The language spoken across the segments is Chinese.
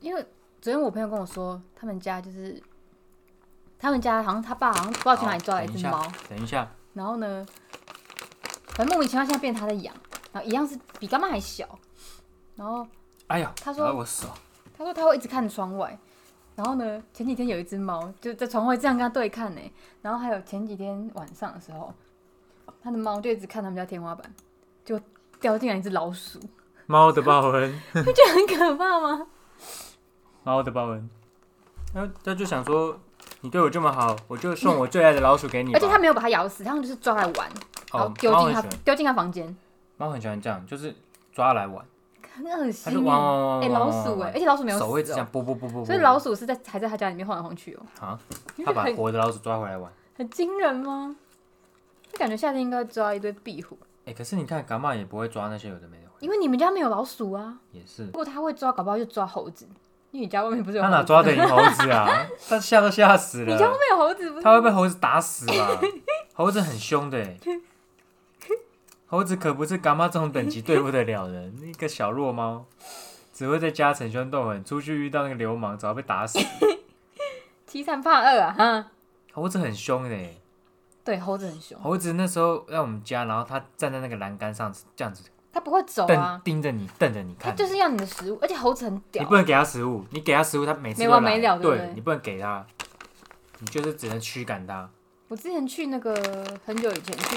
因为昨天我朋友跟我说，他们家就是他们家好像他爸好像不知道去哪里抓了一只猫，等一下，然后呢，反正莫名其妙现在变成他在养，然后一样是比干妈还小，然后哎呀，他说打到我手，他说他会一直看窗外，然后呢，前几天有一只猫就在窗外这样跟他对看呢，然后还有前几天晚上的时候，他的猫就一直看他们家天花板，就掉进来一只老鼠，猫的报恩，不觉得很可怕吗？ 猫的报恩。他他就想说，你对我这么好，我就送我最爱的老鼠给你吧。而且他没有把它咬死，他们就是抓来玩，然后哦，丢猫进很他喜欢，丢进他房间，猫很喜欢这样，就是抓来玩，很恶它就心玩哎、玩玩哎、玩玩老玩鼠哎、玩而且老鼠没有手会死、这样哦，拨拨拨拨拨，所以老鼠是在还在他家里面晃来晃去哦、啊，你不觉他得把很活的老鼠抓回来玩。很惊人吗？就感觉夏天应该抓一堆壁虎，哎、可是你看，感冒也不会抓那些有的没的，因为你们家没有老鼠啊。也是如。果他会抓，搞不好就抓猴子，因为你家外面不是有他猴子哪抓得赢猴子 啊？他吓都吓死你家外了，面有猴子不是？他会被猴子打死吧？猴子很凶的欸，猴子可不是感冒这种等级对付得了的。那个小弱猫只会在家逞凶斗狠，出去遇到那个流氓，早被打死。欺善怕恶啊！哈，猴子很凶的欸，对，猴子很凶，猴子那时候在我们家，然后它站在那个栏杆上这样子它不会走瞪啊，盯着你，瞪着你它看。就是要你的食物，而且猴子很你屌不，能给它食物，你给它食物，它每次没都完来没了对不对对你不能给它，你就是只能驱赶它。我之前去那个很久以前去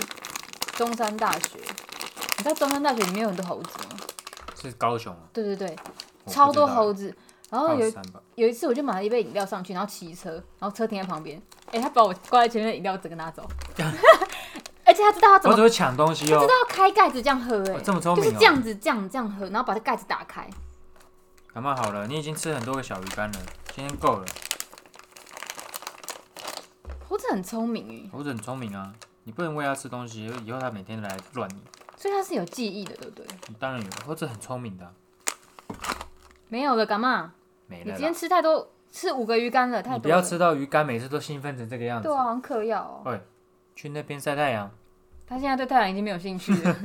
中山大学，你知道中山大学里面有很多猴子吗？是高雄啊，对对对，我超不知多道猴子。然后高有三吧，有一次我就买了一杯饮料上去，然后骑车，然后车停在旁边，哎、他把我挂在前面的饮料整个拿 走，而且他知道他怎我么只会抢东西哦知道。要开盖子这样喝、哦哎、这么聪就明是哦，这样子这样这样喝，然后把这盖子打开。感冒好了，你已经吃很多个小鱼干了，今天够了。猴子很聪明猴子很聪明啊，你不能喂它吃东西，以后它每天来乱你。哎，所以它是有记忆的，对不对？你当然有，猴子很聪明的啊，没有了，干嘛？没你了今啦天。吃太多，吃五个鱼干了，太多了你不要吃到鱼干，每次都兴奋成这个样子对。啊，好像嗑药哦。去那边晒太阳，他现在对太阳已经没有兴趣 了。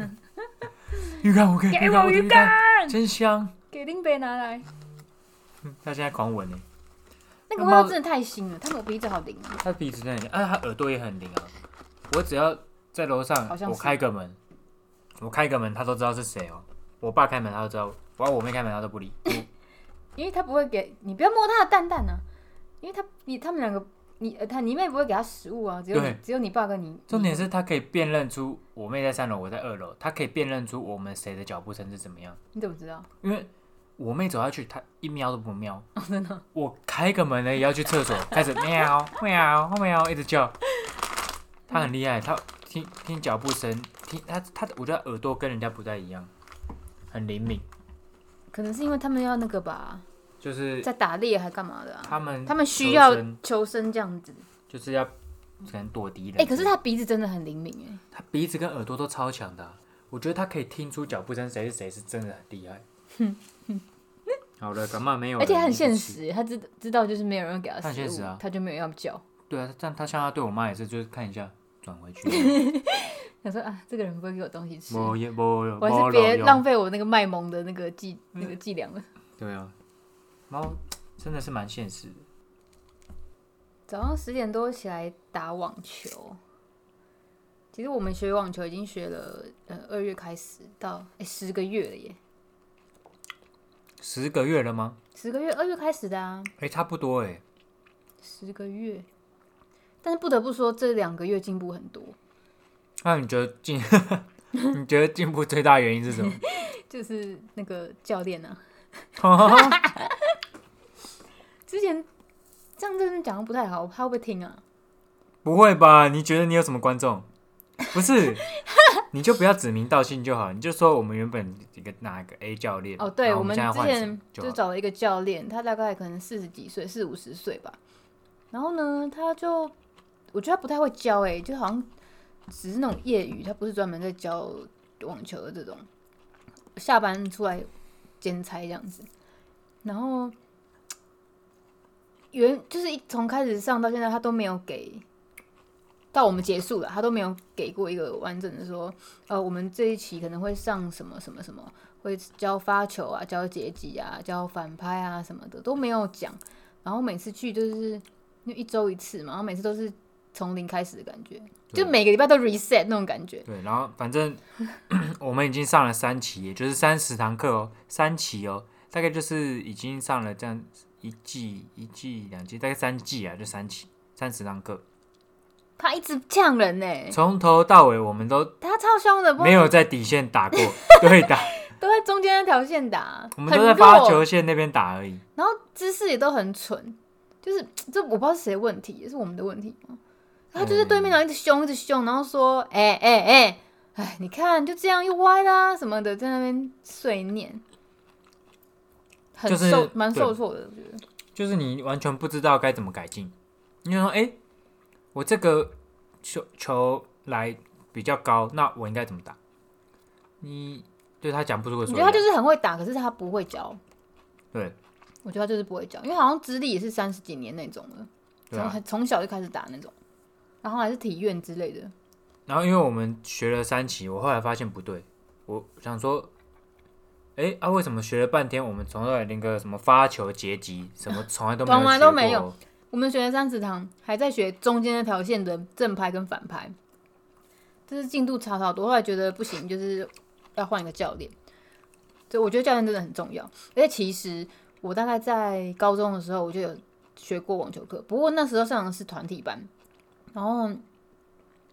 鱼干我可以，给鱼干我的鱼鱼干，真香。给林北拿来，嗯它现在狂闻呢，那个味道真的太腥了，他们我鼻子好灵啊。它鼻子真的很，啊，它耳朵也很灵啊。我只要在楼上好，像我是开个门，我开个门，它都知道是谁哦。我爸开门，它都知道；我我妹开门，它都不理。 因为他不会给你，不要摸他的蛋蛋啊，因为他你他们两个，你呃他你妹不会给他食物啊，只有你对只有你爸跟你。重点是他可以辨认出我妹在三楼，我在二楼，他可以辨认出我们谁的脚步声是怎么样。你怎么知道？因为我妹走下去，她一喵都不喵。哦真的？我开个门呢，也要 去厕所，开始喵喵喵一直叫。她很厉害，她听听脚步声，听她她，我觉得她耳朵跟人家不太一样，很灵敏，可能是因为他们要那个吧，就是在打猎还干嘛的啊？他们他们需要求生求生这样子。就是要可能躲敌人。哎、可是他鼻子真的很灵敏哎、他鼻子跟耳朵都超强的啊、我觉得他可以听出脚步声谁是谁，是真的很厉害。 好了，感冒没有了，而且他很你就现吃。实，他知知道就是没有人给他他很食现物，实啊他就没有要叫。对啊，但他像他对我妈也是，就是看一下转 回去。想说啊，这个人不会给我东西吃，我我也我我还是别浪费我那个卖萌的那个伎那嗯个伎俩了。对啊，猫真的是蛮现实的。早上十点多起来打网球，其实我们学网球已经学了，呃，二月开始到哎十、个月了耶，十个月了吗？十个月二月开始的啊，哎、差不多哎、十个月。但是不得不说，这两个月进步很多，那你觉得进？ 你觉得进步最大原因是什么？就是那个教练啊， 之前这样真的讲的不太好，他会不会听啊？不会吧？你觉得你有什么观众？不是， 你就不要指名道姓就好，你就说我们原本一个哪个 A 教练哦，对，然后我我们现在之换前谁就就好。找了一个教练，他大概可能四十几岁，四五十岁吧。然后呢，他就我觉得他不太会教、欸，就好像只是那种业余，他不是专门在教网球的这种。下班出来兼差这样子，然后原就是一从开始上到现在，他都没有给到我们结束了，他都没有给过一个完整的说，呃，我们这一期可能会上什么什么什么，会教发球啊，教截击啊，教反拍啊什么的都没有讲。然后每次去就是因为一周一次嘛，然后每次都是从零开始的感觉，对啊就每个礼拜都 reset 那种感觉。对，然后反正 我们已经上了三期，也就是三十堂课哦，三期哦，大概就是已经上了这样一季、一季、两季，大概三季啊，就三期，三十堂课，他一直呛人呢、欸从头到尾我们都他超凶的，不没有在底线 打过对打，都在中间那条线打，我很们都在发弱球线那边打而已。然后姿势也都很蠢，就是这我不知道是谁的问题，也是我们的问题吗？他就是对面嗯然后一直凶一直凶，然后说哎哎哎哎，你看就这样又歪啦、什么的，在那边碎念，很就是受蛮对受挫的，我觉得。就是你完全不知道该怎么改进。你就说，哎、我这个球球来比较高，那我应该怎么打？你对他讲不出个我所觉得以他然。就是很会打，可是他不会教。对我觉得他就是不会教，因为好像资历也是三十几年那种的，对从啊。很从小就开始打那种，然后还是体院之类的。然后因为我们学了三期，我后来发现不对，我想说，哎、啊，为什么学了半天，我们从来连个什么发球、截击什么，从来都没有从来学过都没有哦。我们学了三十堂，还在学中间那条线的正拍跟反拍，就是进度差超多。后来觉得不行，就是要换一个教练。所以我觉得教练真的很重要。而且其实我大概在高中的时候，我就有学过网球课，不过那时候上的是团体班，然后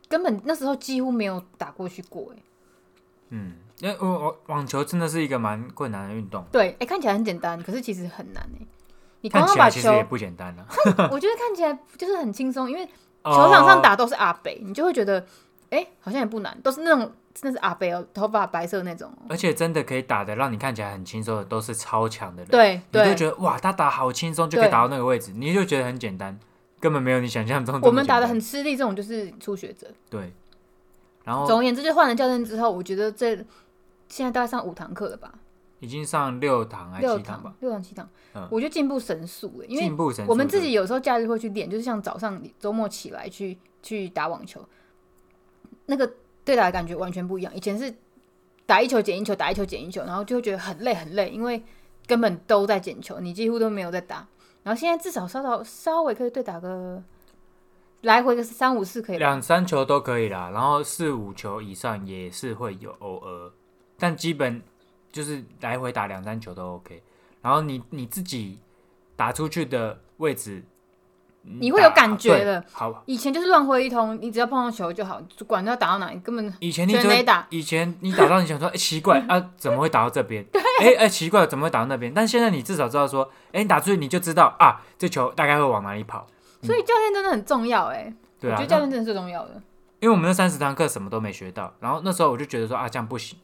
根本那时候几乎没有打过去过、欸。嗯，因为我我网球真的是一个蛮困难的运动，对，哎、看起来很简单，可是其实很难哎、你光看要起把来其实球，也不简单啊。我觉得看起来就是很轻松，因为球场上哦打都是阿北，你就会觉得，哎、好像也不难，都是那种真的是阿北哦，头发白色那种哦。而且真的可以打的，让你看起来很轻松的，都是超强的人。，对你对就，觉得哇，他打好轻松就可以打到那个位置，你就觉得很简单，根本没有你想象中这么我们打的简很单吃力，这种就是初学者。对。然后总而言之，就换了教练之后，我觉得这现在大概上五堂课了吧，已经上六堂还是六七堂吧，六堂七堂，嗯我觉得进步神速哎、因为进步神速的。我们自己有时候假日会去练，就是像早上周末起来去去打网球，那个对打的感觉完全不一样。以前是打一球捡一球，打一球捡一球，然后就会觉得很累很累，因为根本都在捡球，你几乎都没有在打。然后现在至少稍稍稍微可以对打个来回个三五次可以吧，两三球都可以啦，然后四五球以上也是会有偶尔，但基本就是来回打两三球都 OK。然后你你自己打出去的位置，嗯你会有打啊感觉对的好，以前就是乱挥一通，你只要碰到球就好，就管他打到哪里，根本以前你全就会垒打以前你打到你想说，哎、 奇怪啊，怎么会打到这 边？哎哎、奇怪，怎么会打到那边？但现在你至少知道说，哎、你打出去你就知道啊，这球大概会往哪里跑，所以教练真的很重要哎、对我啊觉得。教那练真的是最重要的。因为我们那三十堂课什么都没学到，然后那时候我就觉得说啊，这样不行，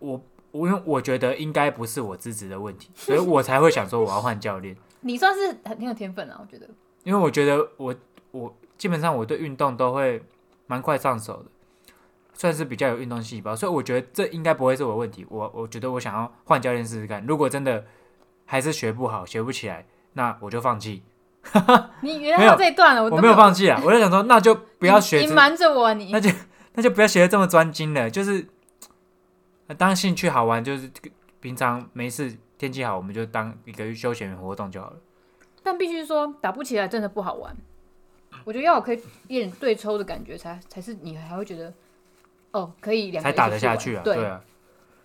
我我因为我觉得应该不是我资质的问题，所以我才会想说我要换教练，你算是很挺有天分啊，我觉得。因为我觉得我我基本上我对运动都会蛮快上手的。算是比较有运动细胞，所以我觉得这应该不会是我的问题。我我觉得我想要换教练试试看，如果真的还是学不好、学不起来，那我就放弃。你原来没还有有这一段了，我我都没有放弃啊，我就想说，那就不要学你这，你瞒着我啊，你那那就不要学的这么专精了。就是呃当兴趣好玩，就是平常没事，天气好，我们就当一个休闲活动就好了。但必须说打不起来真的不好玩。我觉得要有可以一点对抽的感觉才，才是你还会觉得哦，可以两个才人打得一起玩下去啊，对，对啊。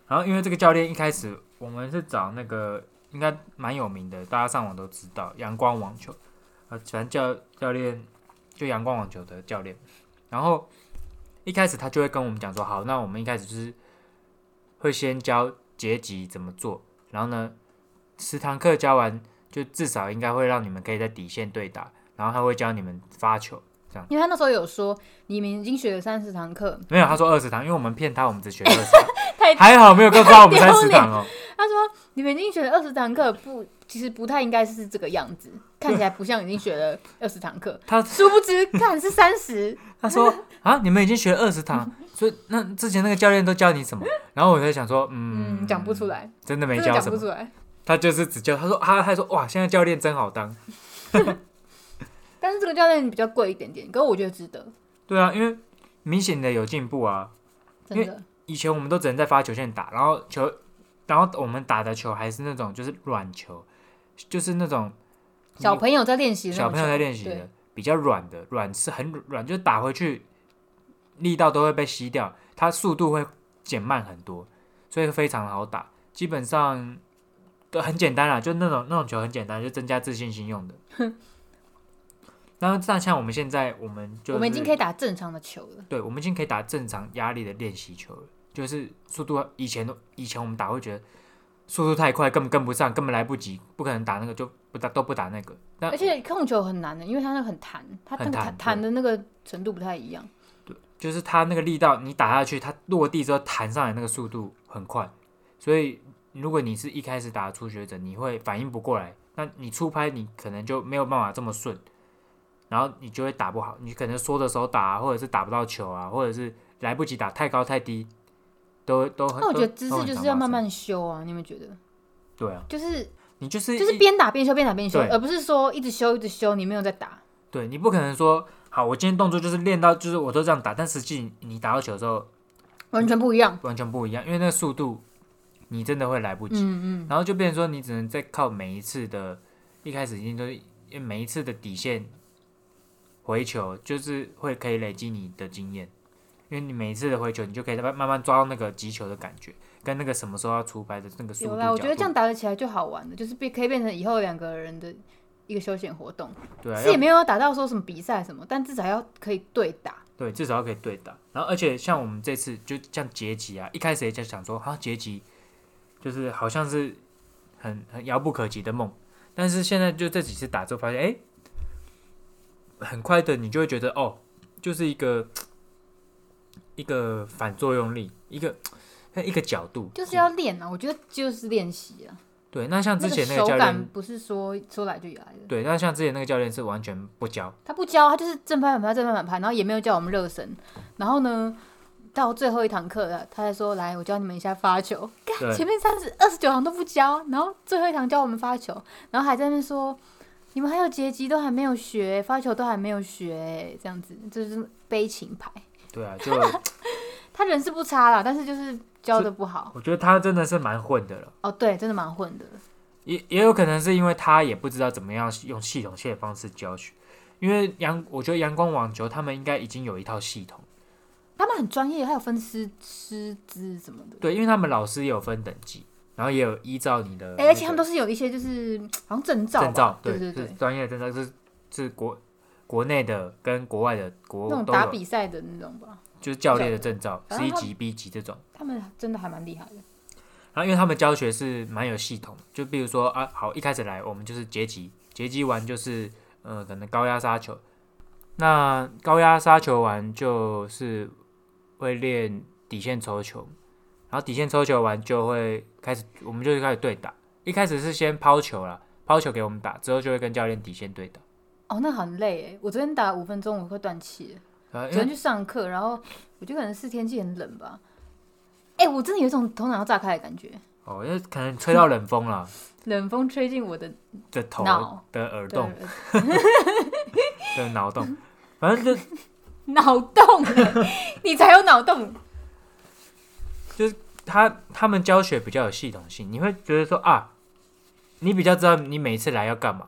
然后因为这个教练一开始我们是找那个应该蛮有名的，大家上网都知道阳光网球，呃，反正教教练就阳光网球的教练。然后一开始他就会跟我们讲说，好，那我们一开始就是会先教结集怎么做，然后呢，十堂课教完就至少应该会让你们可以在底线对打，然后他会教你们发球。因为他那时候有说你们已经学了三十堂课，没有，他说二十堂，因为我们骗他，我们只学二十堂 太，还好没有告诉他我们丢三脸十堂哦。他说啊你们已经学了二十堂课，不，其实不太应该是这个样子，看起来不像已经学了二十堂课， 他殊不知看是三十，他说啊，你们已经学了二十堂，所以那之前那个教练都教你什么？然后我在想说， 嗯，嗯，讲不出，来，真的没真的教讲什不么出。来。他就是只教，他说啊，他说哇，现在教练真好当。但是这个教练比较贵一点点，可是我觉得值得，对啊，因为明显的有进步啊。因真的。以前我们都只能在发球线打，然后球然后我们打的球还是那种就是软球，就是那种小朋友在练习，小朋友在练习对的，比较软的，软是很软，就是打回去力道都会被吸掉，它速度会减慢很多，所以非常好打。基本上都很简单啦，就那种那种球很简单，就增加自信心 用的。然后但像我们现在，我们就是、我们已经可以打正常的球了。对，我们已经可以打正常压力的练习球了，就是速度以前都以前我们打会觉得速度太快，根本跟不上，根本来不及，不可能打那个就不打都不打那个。但而且控球很难的，因为它那个很弹，它那很个弹弹弹的那个程度不太一样。就是它那个力道，你打下去，它落地之后弹上来那个速度很快，所以如果你是一开始打初学者，你会反应不过来，那你初拍你可能就没有办法这么顺，然后你就会打不好，你可能缩着手打、啊，或者是打不到球啊，或者是来不及打太高太低，都都很。那我觉得都姿势就是要慢。慢修啊，你们觉得？都很常发生对啊，就是你就是就是一边打边修，边打边修，对而不是说一直修一直修，你没有在打。对你不可能说好，我今天动作就是练到就是我都这样打，但实际你打到球的时候完全不一样。完全不一样，因为那个速度你真的会来不及。嗯嗯，然后就变成说你只能再靠每一次的，一开始一定都是每一次的底线回球，就是会可以累积你的经验，因为你每一次的回球，你就可以慢慢慢抓到那个击球的感觉，跟那个什么时候要出拍的那个速有度。啦，我觉得角度这样打得起来就好玩了，就是变可以变成以后两个人的一个休闲活动。对啊，是也要没有要打到说什么比赛什么，但至少要可以对打。对，至少要可以对打。然后而且像我们这次就像结集啊，一开始也就想说，好、啊、结集就是好像是很很遥不可及的梦，但是现在就这几次打之后发现，哎、很快的你就会觉得哦，就是一个一个反作用力，一个一个角度，就是要练啊，我觉得就是练习啊。对。那像之前那手个教感练，不是说说来就来的，对，那像之前那个教练是完全不教，他不教，他就是正拍反拍正拍反拍，然后也没有叫我们热身。然后呢，到最后一堂课了，他才说来，我教你们一下发球。干对前面三十二十九堂都不教，然后最后一堂教我们发球，然后还在那边说你们还有截击都还没有学，发球都还没有学，这样子就是悲情牌。对啊，就他人是不差啦，但是就是教的不好。我觉得他真的是蛮混的了。哦，对，真的蛮混的。也也有可能是因为他也不知道怎么样用系统性的方式教学，因为阳，我觉得阳光网球他们应该已经有一套系统，他们很专业，还有分师师资什么的。对，因为他们老师也有分等级，然后也有依照你的、哎、而且他们都是有一些就是嗯好像证照吧，呃证照，对对对是对，专业证照是是国国内的跟国外的国那种都打有，比赛的那种吧，就是教练的证照，反十正一他级、B 级这种。他们真的还蛮厉害的。然后因为他们教学是蛮有系统的，就比如说啊，好，一开始来我们就是截击，截击完就是呃，可能高压杀球。那高压杀球完就是会练底线抽球，然后底线抽球完就会开始，我们就开始对打。一开始是先抛球啦，抛球给我们打，之后就会跟教练底线对打。哦，那很累哎，我昨天打五分钟我会断气了。啊，因昨为天去上课，然后我觉得可能是天气很冷吧。哎、我真的有一种头脑要炸开的感觉，哦，因为可能吹到冷风了冷风吹进我的呃的头脑的耳对洞的脑洞，反正就脑洞 欸，你才有脑洞。他他们教学比较有系统性，你会觉得说啊，你比较知道你每次来要干嘛，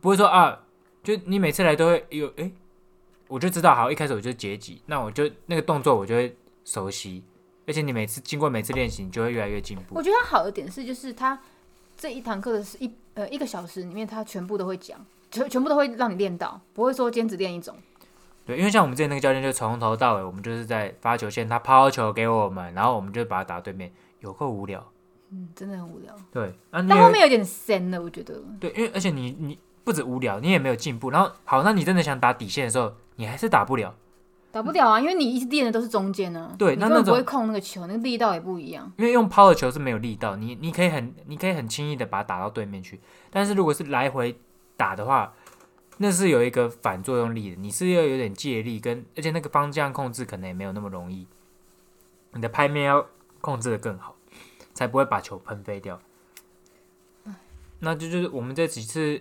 不会说啊，就你每次来都会有诶、我就知道好，一开始我就截击，那我就那个动作我就会熟悉，而且你每次经过每次练习，你就会越来越进步我。觉得它好的点是，就是它这一堂课的是一呃一个小时里面，它全部都会讲，全全部都会让你练到，不会说兼职练一种。对，因为像我们之前那个教练，就从头到尾我们就是在发球线，他抛球给我们，然后我们就把它打对面，有够无聊。嗯，真的很无聊。对，啊，你但也后面有点深了，我觉得。对，因为而且你你不止无聊，你也没有进步。然后好，那你真的想打底线的时候，你还是打不了。打不了啊，因为你一直练的都是中间呢、啊，对你那根本那不种会控那个球，那个力道也不一样。因为用抛的球是没有力道，你你可以很你可以很轻易的把它打到对面去，但是如果是来回打的话，那是有一个反作用力的，你是要有点借力跟，而且那个方向控制可能也没有那么容易，你的拍面要控制的更好，才不会把球喷飞掉。那就就是我们这几次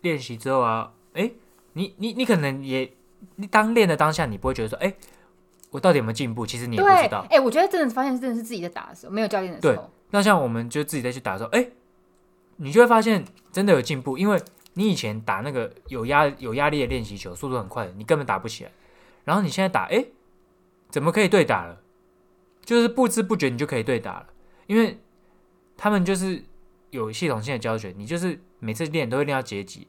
练习之后啊，诶，你你你可能也你当练的当下，你不会觉得说，诶，我到底有没有进步？其实你也对，不知道哎、。我觉得真的发现真的是自己在打的时候，没有教练的时候，那像我们就自己再去打的时候，哎、你就会发现真的有进步，因为你以前打那个有压有压力的练习球，速度很快的，你根本打不起来。然后你现在打，哎、怎么可以对打了？就是不知不觉你就可以对打了，因为他们就是有系统性的教学，你就是每次练都会练到结级、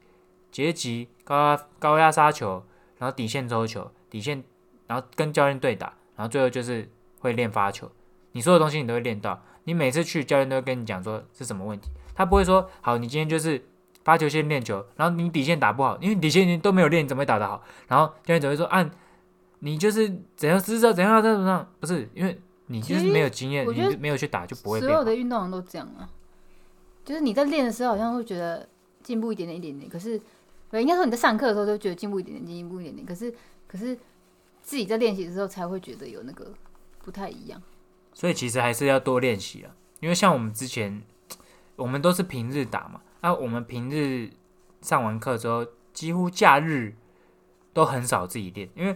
结级、高压高压杀球，然后底线抽球、底线，然后跟教练对打，然后最后就是会练发球。你所有东西你都会练到，你每次去教练都会跟你讲说是什么问题，他不会说好你今天就是发球先练球，然后你底线打不好，因为底线你都没有练，你怎么会打得好？然后教练只会说啊，你就是怎样知道怎样怎样怎样，不是因为你就是没有经验，其实我觉得你没有去打就不会所练有。的运动好像都这样啊，就是你在练的时候好像会觉得进步一点点一点点，可是对，应该说你在上课的时候都觉得进步一点点进步一点点，可是可是自己在练习的时候才会觉得有那个不太一样。所以其实还是要多练习啊，因为像我们之前，我们都是平日打嘛，那、我们平日上完课之后，几乎假日都很少自己练，因为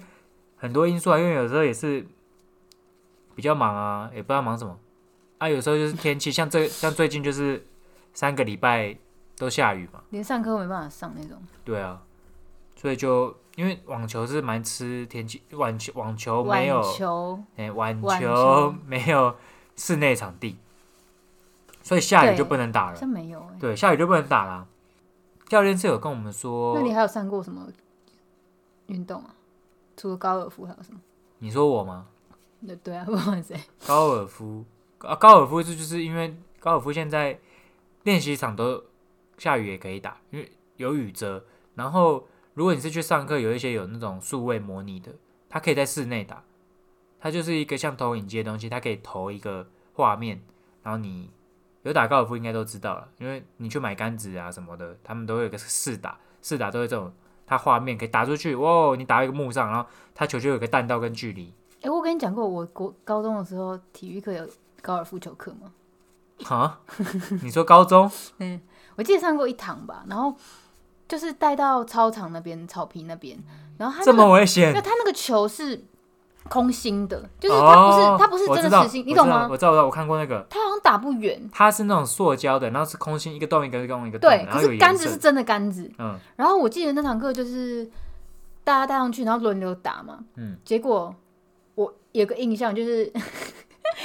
很多因素啊，因为有时候也是比较忙啊，也不知道忙什么啊，有时候就是天气，像这像最近就是三个礼拜都下雨嘛，连上课都没办法上那种，对啊，所以就因为网球是蛮吃天气，网球网球没有网球哎、晚晚球球没有室内场地，所以下雨对就不能打好了。像没有哎、对，下雨就不能打了。教练是有跟我们说那，你还有上过什么运动啊？除了高尔夫还有什么？你说我吗？对对啊，不 管谁，高尔夫啊，高尔夫是就是因为高尔夫现在练习场都下雨也可以打，因为有雨遮。然后如果你是去上课，有一些有那种数位模拟的，它可以在室内打，它就是一个像投影机的东西，它可以投一个画面，然后你有打高尔夫应该都知道了，因为你去买杆子啊什么的，他们都会有一个试打，试打都会这种，它画面可以打出去，哇，你打到一个幕上，然后它球就有一个弹道跟距离，哎、我跟你讲过，我国高中的时候体育课有高尔夫球课吗？啊， 你说高中？我记得上过一堂吧，然后就是带到操场那边、草皮那边，然后他这那么个，危那险？他那个球是空心的，就是它不是、哦它不是我真知的道实心，你懂吗我？知道，我知道，我看过那个，它好像打不远，它是那种塑胶的，然后是空心，一个洞一个洞一个洞，对，然可后有是颜杆子色是真的杆子。嗯，然后我记得那堂课就是大家带上去，然后轮流打嘛，嗯，结果我有个印象就是，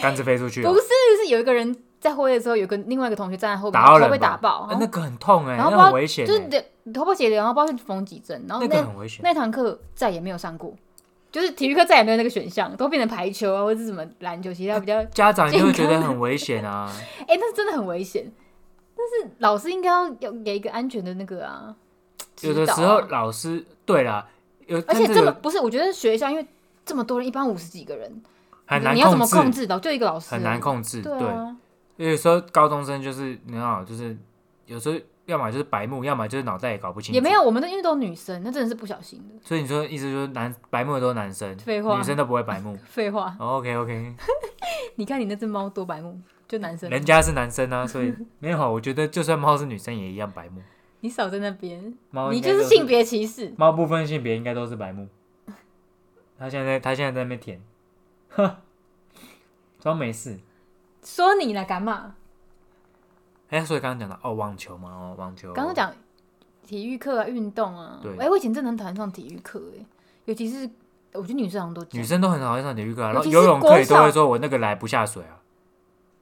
杆子飞出去哦不，是是有一个人在挥的时候，有个另外一个同学站在后面，打到头人被吧打爆，哎那个很痛哎，然后不那知很道危险就哎，是头破血流，然后不知道去缝几针，然后那个很危险。那堂课再也没有上过，就是体育课再也没有那个选项，都变成排球啊，或者是什么篮球，其他比 较家长就会觉健得康很危险 啊，哎、那真的很危险。但是老师应该要要给一个安全的那个啊，有指的导啊时候，老师对啦，有而且甚至这么有不是，我觉得学校因为这么多人，一般五十几个人，很你难要怎么控控制，制到？就一个老师很难控制，制对对。啊，有时候高中生就是你知道，就是有时候要么就是白目，要么就是脑袋也搞不清楚，也没有，我们都因为都是女生，那真的是不小心的。所以你说意思就是男白目的都是男生，废话女生都不会白目。废话， OK OK，你看你那只猫多白目，就男生，人家是男生啊，所以没有啊。我觉得就算猫是女生也一样白目，你少在那边，猫你哦应该就都是是性别歧视。猫不分性别，应该都是白目。他现在他现在在那边舔， 呵，装没事。说你呢，干嘛？哎、所以刚刚讲到哦，网球嘛，哦，网球。刚刚讲体育课啊，运动啊。对哎、我以前真的很讨厌上体育课，哎，尤其是我觉得女生好像都这女样。生都很讨厌上体育课、啊，尤然后其是游泳课也都国小会说我那个来不下水啊。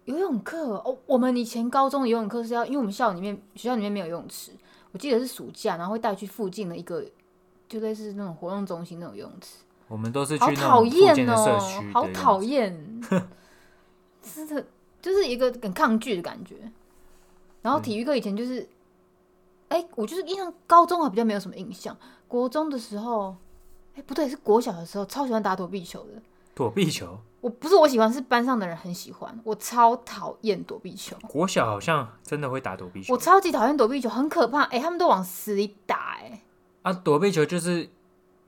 游泳课哦，我们以前高中的游泳课是要，因为我们校里面学校里面没有游泳池，我记得是暑假，然后会带去附近的一个就类似那种活动中心那种游泳池，我们都是去好那讨种附近厌的社哦区，，好讨。厌，真的就是一个很抗拒的感觉。然后嗯体育课以前就是，哎、我就是印象高中好像比较没有什么印象，国中的时候，哎、不对，是国小的时候超喜欢打躲避球的。躲避球，我不是我喜欢，是班上的人很喜欢。我超讨厌躲避球，国小好像真的会打躲避球我。超级讨厌躲避球，很可怕。哎、他们都往死里打、哎，啊，躲避球就是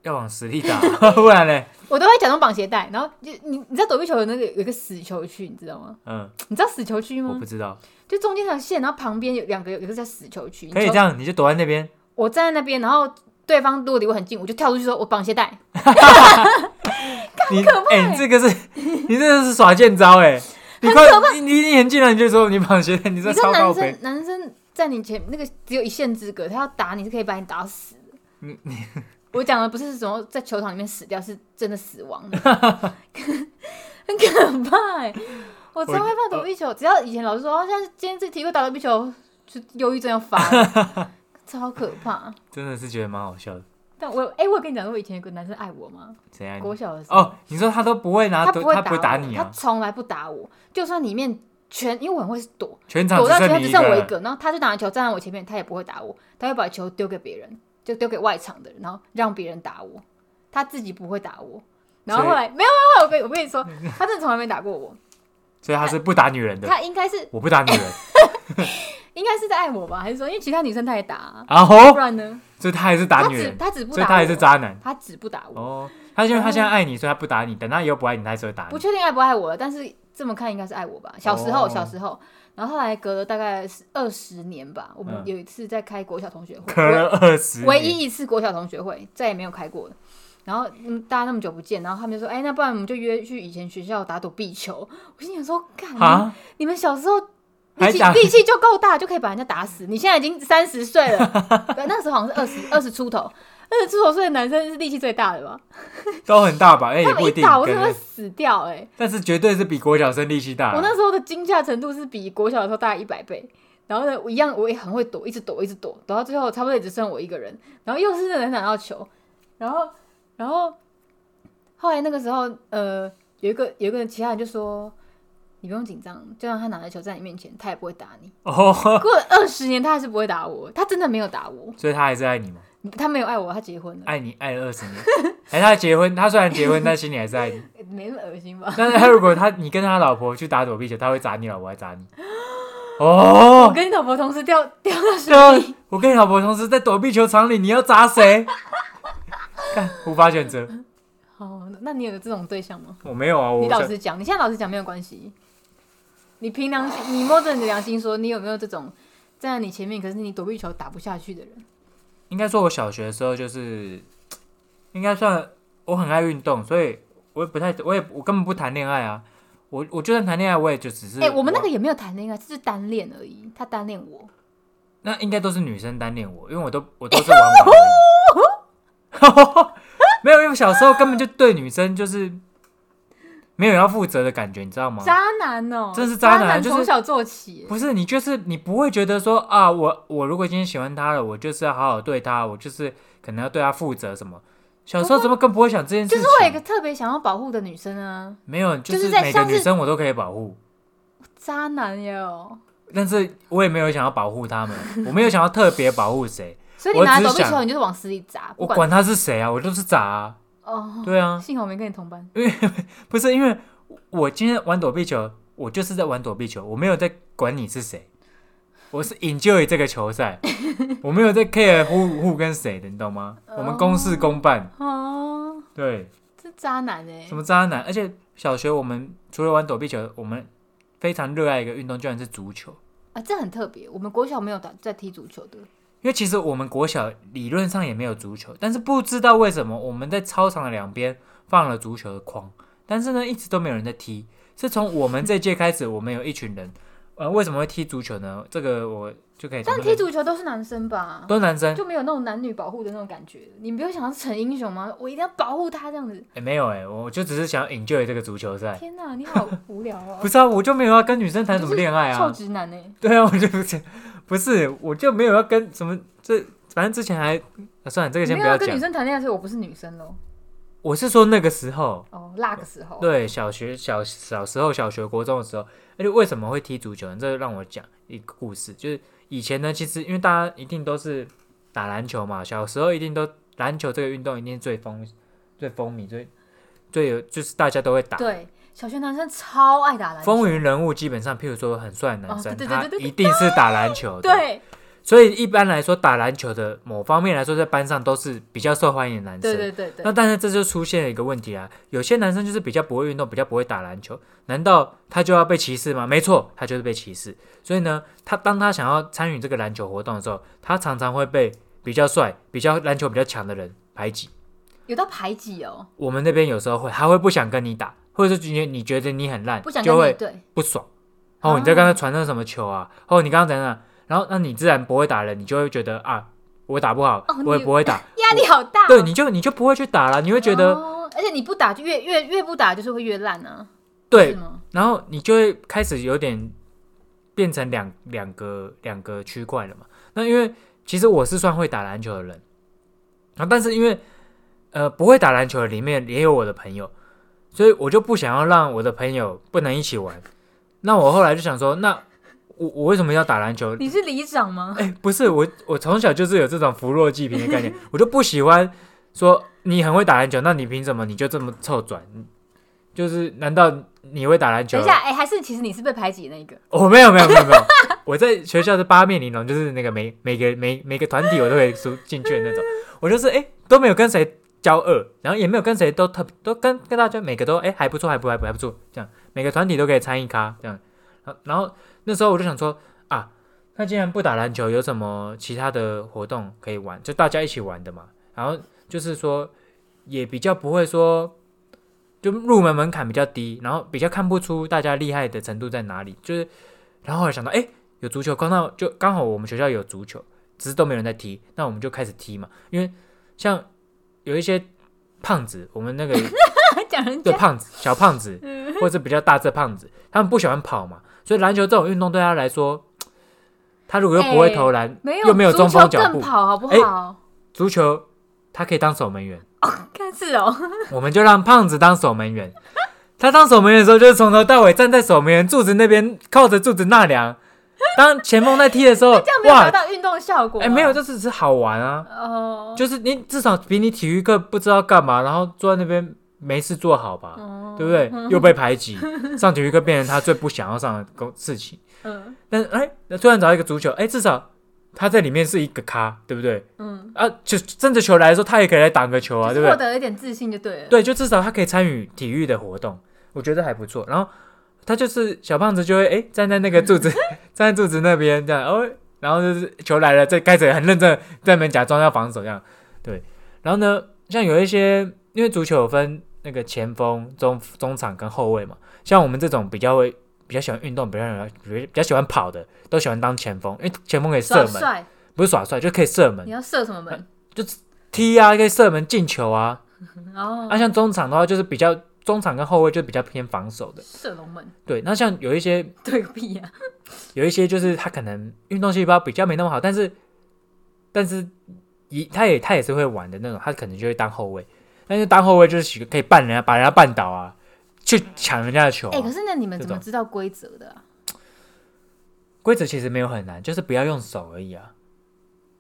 要往死里打， 不然嘞，我都会假装绑鞋带，然后就你你知道躲避球有那个有一个死球区，你知道吗？嗯，你知道死球区我吗不？知道，就中间那条线，然后旁边有两个有一个叫死球区，可以你这球样，你就躲在那边，我站在那边，然后对方如果离我很近，我就跳出去说我绑鞋带，欸 你哎、你这个是，你这个是耍剑招哎、你快，你你你很近了，你就说你绑鞋带，你这你跟超男高飞生，男生在你前那个只有一线之隔，他要打你是可以把你打死的。你 你我讲的不是什么在球场里面死掉，是真的死亡 的，很可怕、欸。我超我害怕躲避球，只要以前老师说，哦，现在今天这题会打躲避球，就忧郁症要发了，超可怕。真的是觉得蛮好笑的。但我哎、我有跟你讲过，我以前有个男生爱我吗？怎样？国小的时候，哦，你说他都不会拿，他不会他打不会打我你他啊？从来不打我，就算里面全，因为我很会躲，全场躲到圈只他剩你只一剩我一个，个，然后他就拿球站在我前面，他也不会打我，他会把球丢给别人，就丢给外场的人，然后让别人打我，他自己不会打我。然后后来没有没有，没有我跟我跟 你说，他真的从来没打过我，所以他是不打女人的。他应该是我不打女 人，应该是在爱我吧，还是说因为其他女生他也打啊、然不后然呢？所以他还是哦打他女只人，他只不所以打我，他还是渣男。他只不打我，哦，他因为他现在爱你，所以他不打你，等他以后不爱你，他还是会打不你。确定爱不爱我了，但是这么看应该是爱我吧。小时候，哦小时候，然后后来隔了大概二十年吧，我们嗯有一次在开国小同学会，可了二十唯年一一次国小同学会，再也没有开过了。然后嗯，大家那么久不见，然后他们就说：“哎、那不然我们就约去以前学校打躲避球。”我心想说：“干，你们啊，你们小时候力还气打力气就够大，就可以把人家打死。你现在已经三十岁了， 对那时候好像是二十二十出头，二十出头岁的男生是力气最大的吧？都很大吧？哎，也他们不一一定打，我可真的会能死掉哎、但是绝对是比国小生力气大我啊。那时候的惊吓程度是比国小的时候大一百倍。然后呢，我一样我也很会躲，一直躲，一直躲，躲到最后差不多也只剩我一个人。然后又是能拿到球，然后然后后来那个时候，呃，有一个有一个其他人就说：“你不用紧张，就让他拿着球在你面前，他也不会打你。哦，” 过了二十年，他还是不会打我，他真的没有打我，所以他还是爱你嘛？他没有爱我，他结婚了，爱你爱了二 十年，哎，他结婚，他虽然结婚，但心里还是爱你。没那么恶心吧？但 是他如果他你跟他老婆去打躲避球，他会砸你老婆，还砸你。我 哦，跟你老婆同时掉掉到水对啊，我跟你老婆同时在躲避球场里，你要砸谁？看，无法选择。哦，那你有这种对象吗？我没有啊，我你老想实讲，你现在老实讲没有关系。你凭良心，你摸着你的良心说，你有没有这种站在你前面，可是你躲避球打不下去的人？应该说，我小学的时候就是，应该算我很爱运动，所以我也不太，我也我根本不谈恋爱啊。我我就算谈恋爱，我也就只是哎、我们那个也没有谈恋爱，只是单恋而已。他单恋我，那应该都是女生单恋我，因为我都我都是玩玩而已。没有，因为我小时候根本就对女生就是没有要负责的感觉，你知道吗？渣男哦、这是渣渣男就是从小做起、不是你就是你不会觉得说啊，我我如果今天喜欢他了，我就是要好好对他，我就是可能要对他负责什么。小时候怎么更不会想这件就事情？是会有一个特别想要保护的女生啊，没有，就就是是在每个像是女生我都可以保护，渣男也有。但是我也没有想要保护他们，我没有想要特别保护谁，所以你我拿只躲避想球，你就是往死里砸，不我管他是谁啊，我就是砸、啊。哦。对啊，幸好我没跟你同班，不是因为我今天玩躲避球，我就是在玩躲避球，我没有在管你是谁，我是 enjoy 这个球赛，我没有在 care who who 跟谁的，你懂吗？我们公事公办，哦，对，这渣男哎、什么渣男？而且小学我们除了玩躲避球，我们非常热爱一个运动，居然是足球。啊，这很特别。我们国小没有打在踢足球的，因为其实我们国小理论上也没有足球，但是不知道为什么我们在操场的两边放了足球的框，但是呢一直都没有人在踢。是从我们这届开始，我们有一群人，呃，为什么会踢足球呢？这个我就可以从但那边。踢足球都是男生吧？都是男生，就没有那种男女保护的那种感觉。你没有想要逞英雄吗？我一定要保护他这样子。哎、没有哎、我就只是想 enjoy 这个足球赛。天哪，你 好无聊哦不，是啊，我就没有要跟女生谈什么恋爱臭啊。直男欸呢？对啊，我就不是，不是，我就没有要跟什么这，反正之前还、啊算了，这个没先有不要要跟讲女。生谈恋爱，所以我不是女生喽。我是说那个时候，哦，那个时候，对，小学小小时候，小学国中的时候，而且为什么会踢足球呢？这让我讲一个故事，就是以前呢，其实因为大家一定都是打篮球嘛，小时候一定都篮球这个运动一定最风最风靡，最最有就是大家都会打。对，小学男生超爱打篮球。啊风云人物基本上，譬如说很帅的男哦生，对对他对对对一定是打篮球的。，对所以一般来说，打篮球的某方面来说，在班上都是比较受欢迎的男生对。对对那对，但是这就出现了一个问题啊，有些男生就是比较不会运动，比较不会打篮球，难道他就要被歧视吗？没错，他就是被歧视。所以呢，他当他想要参与这个篮球活动的时候，他常常会被比较帅、比较篮球比较强的人排挤。有到排挤哦。我们那边有时候会，他会不想跟你打，或者是觉得你觉得你很烂不想，跟就你啊会对，不爽。哦，你在刚才传那什么球啊？哦，你刚刚怎样怎样？然后那你自然不会打人，你就会觉得啊，我打不好，哦我也你不 会打。压力好大哦、对，你就你就不会去打了，你会觉得、哦而且你不打就越越越不打就是会越烂啊，是对，吗？然后你就会开始有点变成两两个两个区块了嘛。那因为其实我是算会打篮球的人，然后但是因为呃不会打篮球的里面也有我的朋友，所以我就不想要让我的朋友不能一起玩。那我后来就想说，那我我为什么要打篮球？你是里长吗？哎、不是我，我从小就是有这种扶弱济贫的概念，我就不喜欢说你很会打篮球，那你凭什么你就这么臭转？就是难道你会打篮球等一？下，哎、还是其实你是被排挤的那个？ 我、哦没有没有没有没有， 我在学校是八面玲珑，就是那个每每个每每个团体我都会输进去的那种。我就是哎、都没有跟谁交恶，然后也没有跟谁都特都跟跟大家每个都哎、还不错还不还不还不错，这样每个团体都可以参与咖这样。然后然后那时候我就想说啊，那既然不打篮球，有什么其他的活动可以玩？就大家一起玩的嘛。然后就是说也比较不会说。就入门门槛比较低，然后比较看不出大家厉害的程度在哪里，就是然后后来想到，哎、有足球，刚好就刚好我们学校有足球，只是都没有人在踢，那我们就开始踢嘛。因为像有一些胖子，我们那个 讲人对家胖子、小胖子，嗯或者是比较大只的胖子，他们不喜欢跑嘛，所以篮球这种运动对他来说，他如果又不会投篮，没又没有中足锋球脚更步，跑好不哎好？足球他可以当守门员，看是哦，我们就让胖子当守 门员。他当守门员的时候，就是从头到尾站在守门员柱子那边，靠着柱子纳凉。当前锋在踢的时候，这样没有达，哇到运动效果。啊哎、没有，，这只是好玩啊，哦，就是你至少比你体育课不知道干嘛，然后坐在那边没事做好吧，嗯对不对？又被排挤，上体育课变成他最不想要上的工事情。嗯但是哎，那、突然找到一个足球，哎、至少他在里面是一个咖，对不对？嗯，啊，就真的球来的时候，他也可以来挡个球啊，就对是不获对？得一点自信就对了。对，就至少他可以参与体育的活动，我觉得还不错。然后他就是小胖子就会哎、站在那 个柱子，站在柱子那边这样，哦，然后就是球来了，再开始很认真地在那边假装要防守这样，对。然后呢，像有一些因为足球有分那个前锋、中中场跟后卫嘛，像我们这种比较会。比较喜欢运动，比较喜欢比较喜欢跑的，都喜欢当前锋，因为前锋可以射耍门，嗯帅，不是耍帅，就可以射你门、要射什么门？踢啊，可以射门进球啊，哦，那像中场的话，就是比较中场跟后卫就比较偏防守的。射龙门，对，那像有一些对个屁呀！有一些就是他可能运动细胞比较没那么好，但是但是一他也他也是会玩的那种，他可能就会当后卫。但是当后卫就是喜可以绊人家，把人家绊倒啊，去抢人家的球、啊哎，。可是那你们怎这么种知道规则的啊？规则其实没有很难，就是不要用手而已啊。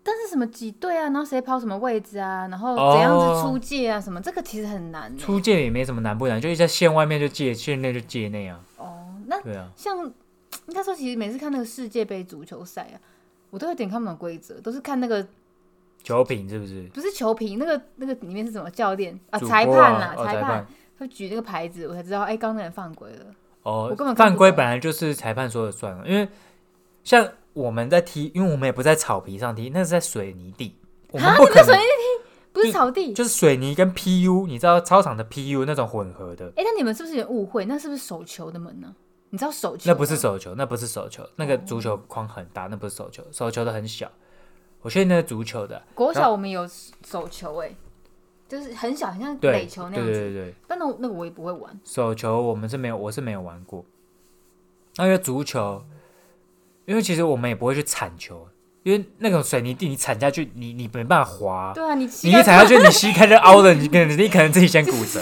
但是什么几队啊，然后谁跑什么位置啊，然后哦怎样子出界啊，什么这个其实很难欸出界也没什么难不难，就是在线外面就界，线内就界内啊。哦。那对啊，像应该说，其实每次看那个世界杯足球赛啊，我都有点看不懂规则，都是看那个球品是不是？不是球评，那个那个里面是什么教练啊，主裁播判啊啦，哦裁裁判判会举那个牌子，我才知道，哎，刚才犯规了。哦我根本，看犯不规懂本来就是裁判说了算了，因为像我们在踢，因为我们也不在草皮上踢，那是在水泥地，我们啊，不你可们水能泥地不是草地？就是水泥跟 PU，你知道操场的 PU 那种混合的，哎，那你们是不是有点误会？那是不是手球的门呢？你知道手球吗？那不是手球，那不是手球，那个足球框很大，那不是手球，手球的很小。我确定那是足球的，国然小我们有手球，哎，就是很小，很像对，垒球对那样对子。对对，但那我那个我也不会玩。手球我们是没有，我是没有玩过。那因为足球，因为其实我们也不会去铲球，因为那种水泥地你铲下去，你你没办法滑、对啊，你你膝一盖踩下去，你膝盖就凹了，你可能你可能自己先骨折。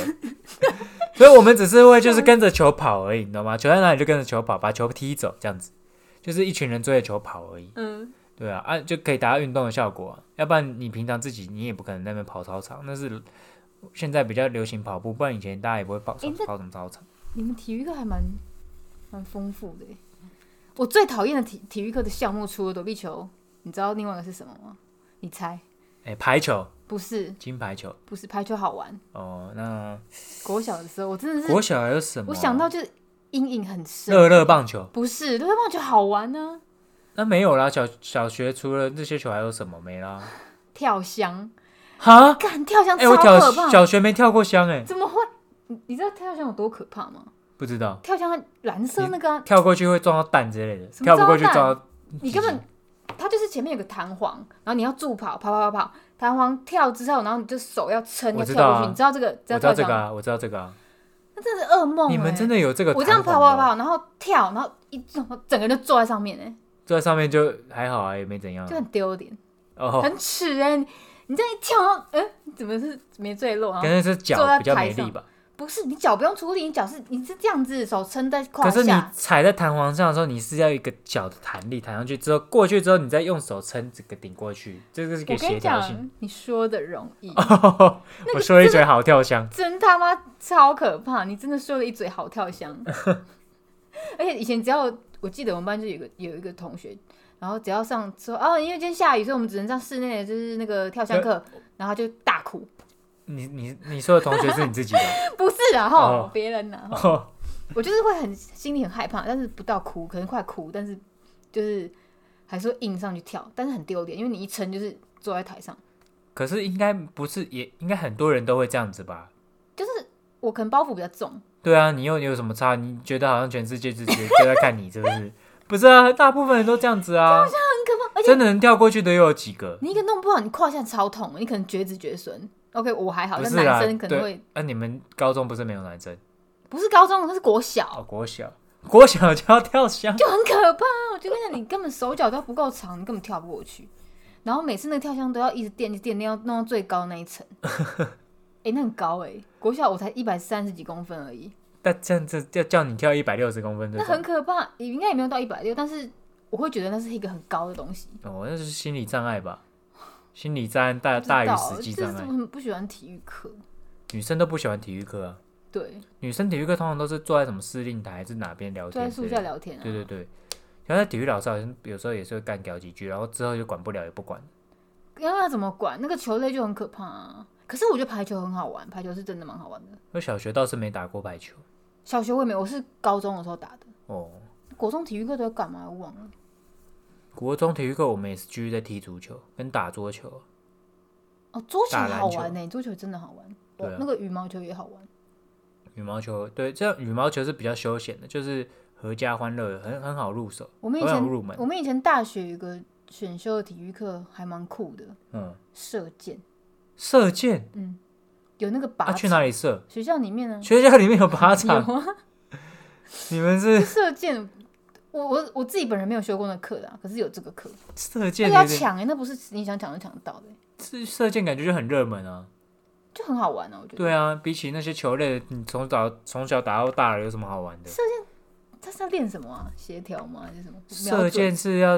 所以我们只是会就是跟着球跑而已，你知道吗？球在哪里就跟着球跑，把球踢走，这样子，就是一群人追着球跑而已。嗯，对啊，啊就可以达到运动的效果啊、要不然你平常自己你也不可能在那边跑操场，那是现在比较流行跑步，不然以前大家也不会跑操诶那跑什么操场。你们体育课还蛮蛮丰富的耶。我最讨厌的体体育课的项目除了躲避球，你知道另外一个是什么吗？你猜？哎、排球，不是，金排球。不是排球好玩。哦，那国小的时候，我真的是，国小还有什么啊？嗯我想到就是阴影很深。乐乐棒球，不是，对棒球好玩呢、那没有啦。小小学除了这些球还有什么没啦？跳箱，哈，干跳箱哎、我超跳可怕，小学没跳过箱哎、怎么会？你你知道跳箱有多可怕吗？不知道跳箱它蓝色那个啊、跳过去会撞到蛋之类的，什么跳不过去撞到撞蛋到你根本它就是前面有个弹簧，然后你要助跑，跑跑跑跑，弹簧跳之后，然后你就手要撑，我要知跳道过啊去，你知道这个？我道知道跳这箱个吗？啊，我知道这个啊，那真的是噩梦、欸。你们真的有这个弹我簧这的哦？样跑跑跑，然后跳，然后一整整个人就坐在上面、欸，坐在上面就还好啊，也没怎样哎，就。很丢脸，哦，很耻哎、你你这样一跳，然后嗯，你怎么是没坠落啊可？能是坐脚在比较台没力上吧。不是，你脚不用出力，你脚是你是这样子，手撑在胯可是你下，踩在弹簧上的时候，你是要一个脚的弹力弹上去之后，过去之后，你再用手撑这个顶过去，这个是我跟给协你调性。 讲，你说的容易，哦我说一嘴好跳箱，真他妈超可怕！你真的说了一嘴好跳 箱，而且以前只要我记得我们班就有一个有一个同学，然后只要上说哦，因为今天下雨，所以我们只能上室内的就是那个跳箱课，呃然后他就大哭，你你你说的同学是你自己的 不是然后哦别人然后哦，我就是会很心里很害怕，但是不到哭，可能快哭，但是就是还是会硬上去跳，但是很丢脸，因为你一撑就是坐在台上，可是应该不是也应该很多人都会这样子吧？就是我可能包袱比较重，对啊，你又有什么差？你觉得好像全世界只只就在看你，是不是？ 不是啊，大部分人都这样子啊，很可怕，而且真的能跳过去的又有几个？你一个弄不好，你胯下超痛，你可能绝子绝孙。OK，我还好，不但是男啦生可，能会对，啊那、你们高中不是没有男生？不是高中，那是国小，哦，国小， 国小就要跳箱，就很可怕。我就跟你讲，你根本手脚都不够长，你根本跳不过去。然后每次那个跳箱都要一直垫，一直垫，要弄到最高那一 层。哎、那很高哎、国小我才一百三十几公分而已，但这样子要叫你跳一百六十公分这那很种，可怕。也应该也没有到一百六，但是我会觉得那是一个很高的东西。哦，那就是心理障 碍吧？心理障碍大不知大于道实际这障是碍我，很不喜欢体育课。女生都不喜欢体育课啊。对，女生体育课通常都是坐在什么司令台还是哪边聊坐天在之树类的，下聊天啊。对对对，然后那体育老师好像有时候也是会干掉几句，然后之后就管不了也不管。要要怎么管？那个球类就很可怕啊。可是我觉得排球很好玩，排球是真的蛮好玩的。我小学倒是没打过排球小学我也没有，我是高中的时候打的。哦，国中体育课都在干嘛？我忘了。国中体育课我们也是继续在踢足球跟打桌球，哦，桌球打篮好球玩呢、桌球真的好玩。对啊哦那个羽毛球也好玩。羽毛球对，这样羽毛球是比较休闲的，就是合家欢乐，很很好入手，我们以很好前入门。我们以前大学有一个选修的体育课还蛮酷的，嗯，射箭，射箭有那个靶啊，去场。哪里射？学校里面呢？学校里面有靶有场，啊， 你们是射箭。 我我我自己本人没有修过那课啦，可是有这个课，射那箭个要有点，抢哎、那不是你想抢就抢得到的欸、是射箭感觉就很热门啊。就很好玩啊，我觉得。对啊，比起那些球类，你从早从小打到大了，有什么好玩的？他是要练什么啊？协调吗？还是什么？瞄射准箭是要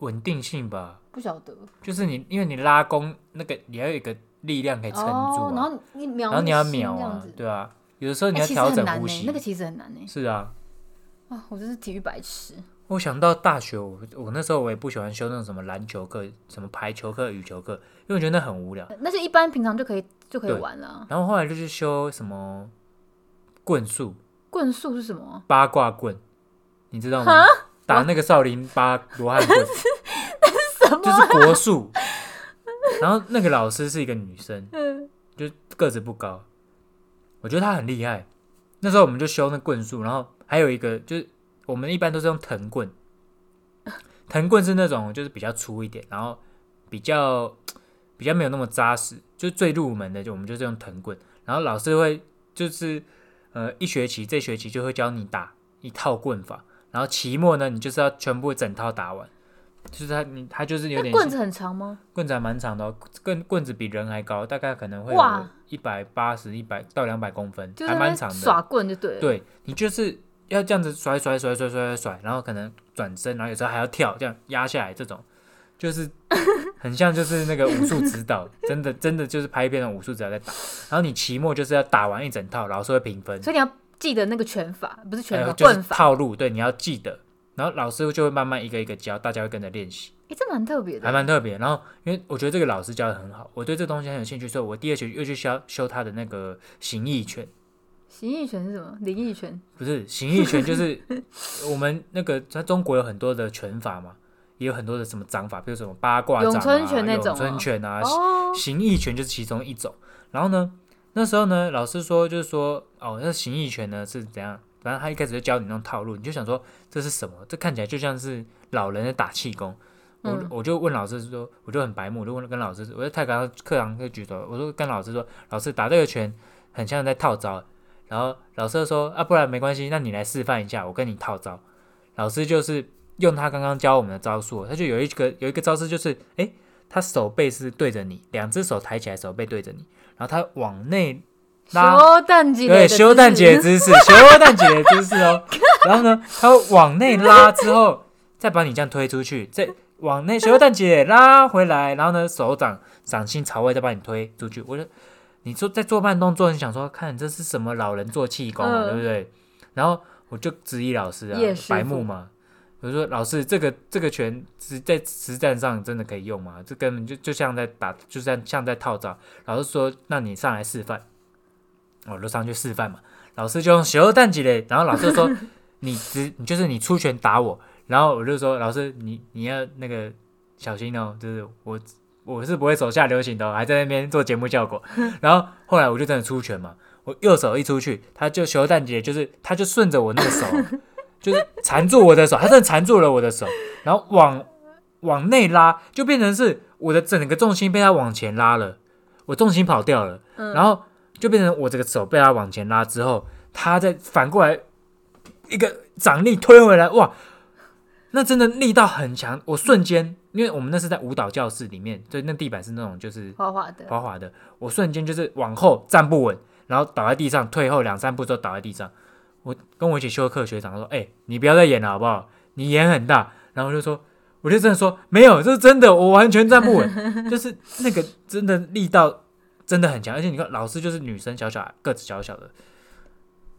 稳定性吧，不晓得。就是你因为你拉弓那个，你要有一个力量可以撑住哦，然啊，后你瞄，然后你要瞄秒这样啊子，。对啊，有的时候哎你要其实调很整难呼呢，吸那。个其实很难呢。欸是啊，啊，我真是体育白痴。我想到大学，我我那时候我也不喜欢修那种什么篮球课、什么排球课、羽球课，因为我觉得那很无聊。那就一般平常就可以就可以对玩了啊。然后后来就去修什么棍术、棍术是什么啊？八卦棍，你知道吗？打那个少林八罗汉 棍，什么 就是国术。然后那个老师是一个女生，嗯就是个子不高，我觉得她很厉害。那时候我们就修那棍术，然后还有一个就是我们一般都是用藤棍，藤棍是那种就是比较粗一点，然后比较比较没有那么扎实，就是最入门的就我们就是用藤棍，然后老师会就是呃一学期这学期就会教你打一套棍法，然后期末呢你就是要全部整套打完，就是他你他就是有那点棍子很长吗？棍子还蛮长的、哦，棍棍子比人还高，大概可能会哇有一百八十、一百到两百公分，就是在还那蛮边长耍的。棍就对了。对你就是要这样子甩甩甩甩甩甩甩，然后可能转身，然后有时候还要跳，这样压下来，这种就是 很像就是那个武术指导， 真的真的就是拍片的武术指导在打。然后你期末就是要打完一整套，老师会评分，所以你要记得那个拳法，不是拳还法，有哎就是棍法。套路，对，你要记得。然后老师就会慢慢一个一个教，大家会跟着练习。哎，这蛮特别还的。蛮特别。然后，因为我觉得这个老师教的很好，我对这东西很有兴趣，所以我第二学期又去修修他的那个形意拳，形意拳是什么？灵意拳？不是形意拳，就是 我们那个在中国有很多的拳法嘛，也有很多的什么掌法，比如什么八卦掌、啊、咏春拳那种咏春拳啊，哦，形意拳就是其中一种。然后呢，那时候呢，老师说就是说，哦，那形意拳呢是怎样？反正他一开始就教你那种套路，你就想说这是什么？这看起来就像是老人的打气功。我、嗯我就问老师说，我就很白目，我就问跟老师，啊我在太堂课堂就举手，我说跟老师说，老师打这个拳很像在套招。然后老师就说啊，不然没关系，那你来示范一下，我跟你套招。老师就是用他刚刚教我们的招数，他就有一个有一个招式就是，诶，他手背是对着你，两只手抬起来，手背对着你，然后他往内拉修蛋姐对，修蛋 姐的姿势，修蛋姐的姿势哦。然后呢，它会往内拉之后，再把你这样推出去，再往内修蛋姐拉回来，然后呢，手掌掌心朝外再把你推出去。我就你说在做慢动作，你想说看这是什么老人做气功啊，嗯对不对？然后我就质疑老师啊叶师，傅白目嘛。我就说老师，这个这个拳实在实战上真的可以用吗？这根本就就像在打，就像像在套招。老师说，那你上来示范，我就上去示范嘛。老师就用修蛋几嘞，然后老师就说 你只你就是你出拳打我，然后我就说老师你你要那个小心哦，就是我我是不会手下留情的哦、还在那边做节目效果。然后后来我就真的出拳嘛，我右手一出去，他就修蛋姐就是他就顺着我那个手，就是缠住我的手，他真的缠住了我的手，然后往往内拉，就变成是我的整个重心被他往前拉了，我重心跑掉了，嗯然后就变成我这个手被他往前拉之后，他再反过来一个掌力推回来，哇！那真的力道很强，我瞬间，因为我们那是在舞蹈教室里面，对，那地板是那种就是滑滑的，滑滑的，我瞬间就是往后站不稳，然后倒在地上，退后两三步之后倒在地上。我跟我一起修课的学长说：“哎、你不要再演了好不好？你演很大。”然后我就说：“我就真的说没有，这是真的，我完全站不稳，就是那个真的力道真的很强，而且你看老师就是女生，小小个子小小的。”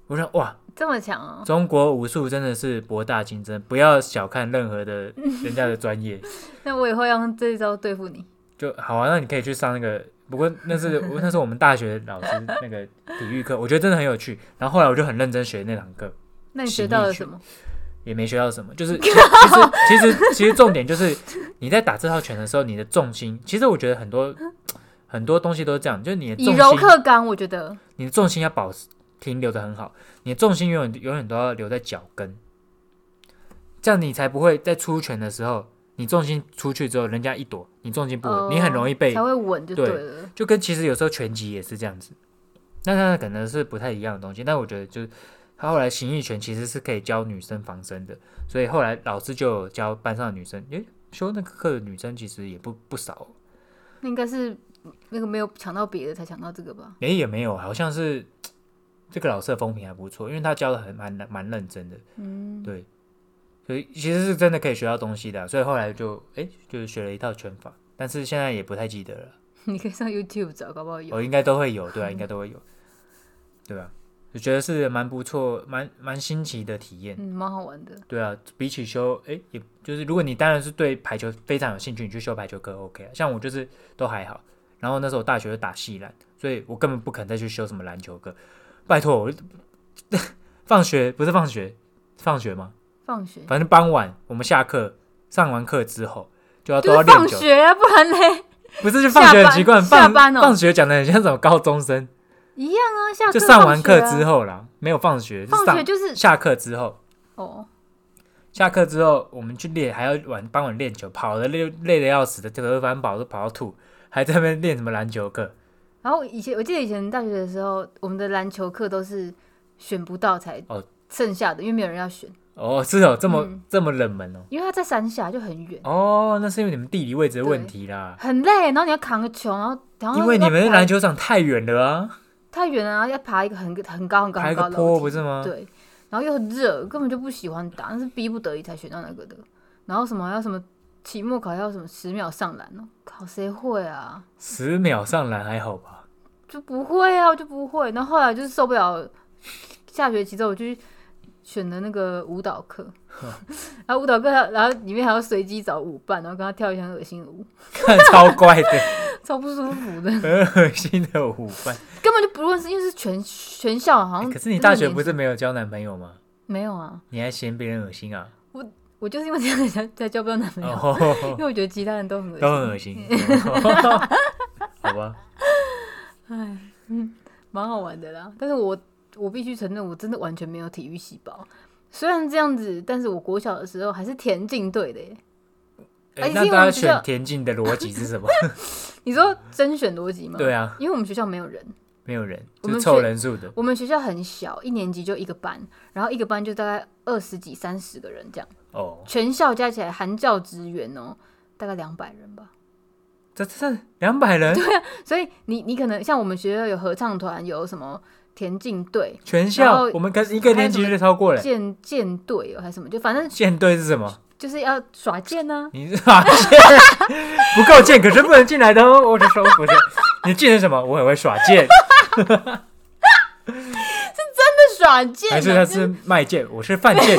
我说：“哇，这么强哦、中国武术真的是博大精深，不要小看任何的人家的专业。”那我以后要用这一招对付你。就好啊，那你可以去上那个，不过那是我那是我们大学老师那个体育课，我觉得真的很有趣。然后后来我就很认真学那堂课，那你学到了什么？也没学到什么，就是其实其实其实重点就是你在打这套拳的时候，你的重心，其实我觉得很多很多东西都是这样，就是你的以重柔心，克刚，我觉得你的重心要保持停留的很好，你的重心永远永远都要留在脚跟，这样你才不会在出拳的时候，你重心出去之后，人家一躲，你重心不稳，哦你很容易被才会稳就对了。就跟其实有时候拳击也是这样子，那那可能是不太一样的东西。但我觉得就是他后来形意拳其实是可以教女生防身的，所以后来老师就有教班上的女生，诶，修那个课的女生其实也不不少哦，那应该是那个没有抢到别的，才抢到这个吧？诶，也没有，好像是这个老师的风评还不错，因为他教的很蛮蛮认真的，嗯， 对，所以其实是真的可以学到东西的啊、所以后来就诶，就是学了一套拳法，但是现在也不太记得了。你可以上 YouTube 找，搞不好有。我应该都会有，对啊，应该都会有，对吧、我觉得是蛮不错，蛮蛮新奇的体验，嗯，蛮好玩的。对啊，比起修，诶，也就是如果你当然是对排球非常有兴趣，你去修排球课 OK 啊，像我就是都还好，然后那时候我大学就打系篮，所以我根本不肯再去修什么篮球课，拜托我， 放学不是放学，放学吗？放学反正傍晚我们下课上完课之后就要都就要是练放球，学啊，不然嘞，不是就放学下很班奇下怪，放班哦放学讲的很像什么高中生。 一样啊。下课就上完课放学啊之后啦，没有放学，是放学上就是下课之后，哦，下课之后我们去练，还要晚傍晚练球，跑的累累的要死的，折返跑都跑到吐，还在那边练什么篮球课，然后以前我记得以前大学的时候，我们的篮球课都是选不到才哦剩下的，因为没有人要选，哦，是哦，这么、嗯这么冷门哦，因为他在山下就很远，哦，那是因为你们地理位置的问题啦，很累，然后你要扛个球，然后然后因为你们的要爬篮球场太远了啊，太远了，然后要爬一个很很高很高爬一很高个的楼坡梯不是吗？对，然后又很热，根本就不喜欢打，那是逼不得已才选到那个的。然后什么还要什么期末考要什么十秒上篮哦，靠谁会啊？十秒上篮还好吧？就不会啊，我就不会。然后后来就是受不了，下学期之后我就去选了那个舞蹈 课，然后舞蹈课还然后里面还要随机找舞伴，然后跟他跳一些很恶心的舞，看超怪的，超不舒服的，很恶心的舞伴、根本就不认识，因为是全全校好像、哎可是你大学不是没有交男朋友吗？没有啊？你还嫌别人恶心啊？我就是因为这样才才交不到男朋友，哦因为我觉得其他人都很恶心 哦都。很恶心，好吧？哎，嗯，蛮好玩的啦。但是我我必须承认，我真的完全没有体育细胞。虽然这样子，但是我国小的时候还是田径队的耶。哎而且那因为大我家们学校选田径的逻辑 是什么？你说甄选逻辑吗？对啊，因为我们学校没有人，没有人，我就们凑学人数的。我们学校很小，一年级就一个班，然后一个班就大概二十几、三十个人这样，哦，全校加起来含教职员哦、大概两百人吧。这这两百人，所以你你可能像我们学校有合唱团，有什么田径队、全然校后我们跟一个年级就超过了。剑剑队哦还是什么，就反正舰队是什么？就是要耍剑啊呐、你是发现不够贱，可是不能进来的哦。 我只说不是，你剑是什么？我很会耍 剑，是耍剑啊、 还是他是卖剑？我是犯 贱，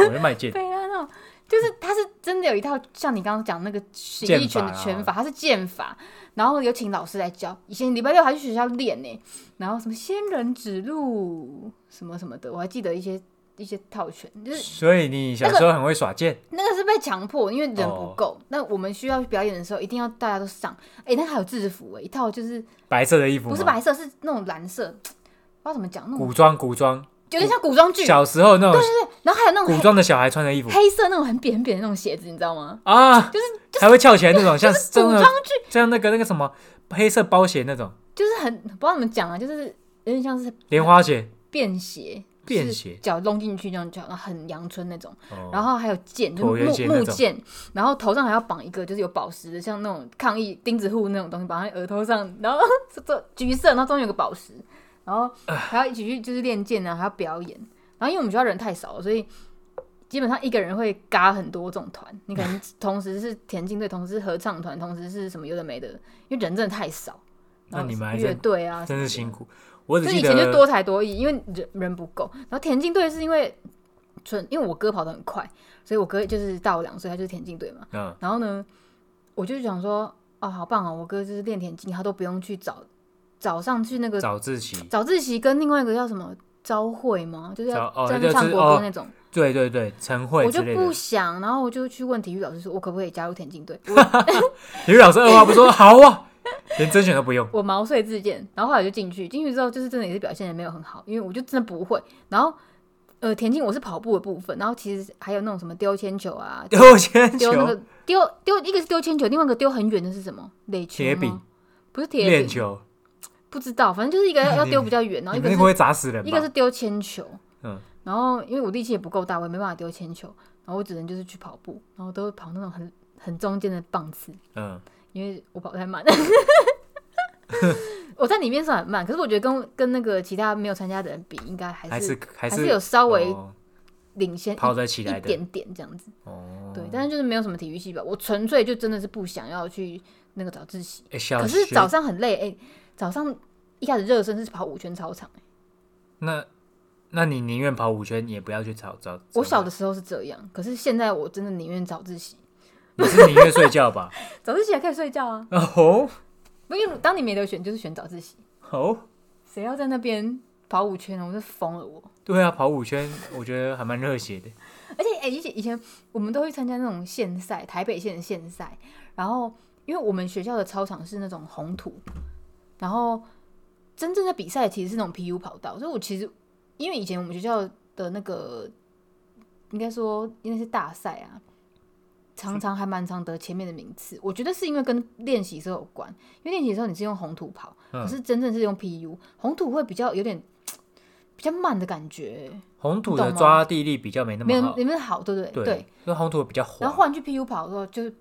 我是卖剑。北兰哦，就是他是真的有一套像你刚刚讲那个形意拳的拳剑啊法，他是剑法，然后有请老师来教。以前礼拜六还去学校练呢，然后什么仙人指路什么什么的，我还记得一些一些套拳，就是所以你小时候很会耍剑，那个是被强迫，因为人不哦够。那我们需要表演的时候，一定要大家都上。哎、那还有制服哎，一套就是白色的衣服吗不是白色，是那种蓝色，不知道怎么讲，那种古装古装，有点像古装剧，小时候那种然后还有那种古黑装的小孩穿的衣服黑色那种很扁扁的那种鞋子，你知道吗？啊，就是还会翘起来 那种，像古像装那剧种像那个那个什么黑色包鞋那种就是很不知道怎么讲啊，就是有点像是莲花鞋。便携，便就是携脚弄进去这样脚，然后很阳春那种。哦然后还有剑，就椭圆是形木那木种剑，然后头上还要绑一个就是有宝石的，像那种抗议钉子户那种东西，绑在额头上，然后这这橘色，然后中间有个宝石，然后还要一起去就是练剑啊，还要表演。然后因为我们学校人太少了，所以基本上一个人会嘎很多这种团，你可能同时是田径队，同时是合唱团，同时是什么有的没的，因为人真的太少。那然后你们还乐真队啊，真是辛苦。我只就记以前就得多才多艺，因为人人不够。然后田径队是因为纯，因为我哥跑得很快，所以我哥就是大我两岁，他就是田径队嘛。嗯，然后呢，我就想说，哦，好棒哦，我哥就是练田径，他都不用去早早上去那个早自习，早自习，跟另外一个叫什么朝会吗？就是要早哦在那就边是唱国歌哦那种。对对对，晨会我就之类不的。想，然后我就去问体育老师说，我可不可以加入田径 队？体育老师二话不说， 好啊，连甄选都不用。我毛遂自荐，然后后来我就进去，进去之后就是真的也是表现的没有很好，因为我就真的不会。然后呃，田径我是跑步的部分，然后其实还有那种什么 丢铅球啊，丢铅丢那嗯球、个丢丢一个是丢铅球，另外一个丢很远的是什么？垒球吗铁饼、不是铁练饼，球，不知道，反正就是一个要要 你丢比较远，然后你一个们那是个会砸死人一吧个？是丢铅球，嗯，然后因为我力气也不够大，我也没办法丢铅球，然后我只能就是去跑步，然后都跑那种很很中间的棒次，嗯，因为我跑太慢。 我在里面算很慢，可是我觉得跟跟那个其他没有参加的人比，应该还是还是还还是有稍微哦领先一跑得起来一的点点这样子。哦。对，但是就是没有什么体育细胞，我纯粹就真的是不想要去那个早自习。哎，可小是早学上很累，哎、早上一开始热身是跑五圈操场、哎那那你宁愿跑五圈，也不要去早早。我小的的时候是这样，可是现在我真的宁愿早自习，你是宁愿睡觉吧？ 早自习还可以睡觉啊。哦因为当你没得选，就是选早自习，哦，谁谁要在那边跑五圈啊？我就疯了我。对啊，跑五圈我觉得还蛮热血的。而且，哎、以前以前我们都会参加那种县赛，台北县的县赛。然后，因为我们学校的操场是那种红土，然后真正的比赛其实是那种 PU 跑道。所以我其实因为以前我们学校的那个，应该说因为是大赛啊，常常还蛮常得前面的名次。我觉得是因为跟练习时候有关，因为练习的时候你是用红土跑，嗯可是真正是用 PU，红土会比较有点比较慢的感觉、红土你的懂吗抓地力比较没那没么有好，你们好，对不对？对对，因为红土比较滑然后。换去 PU 跑的时候，就是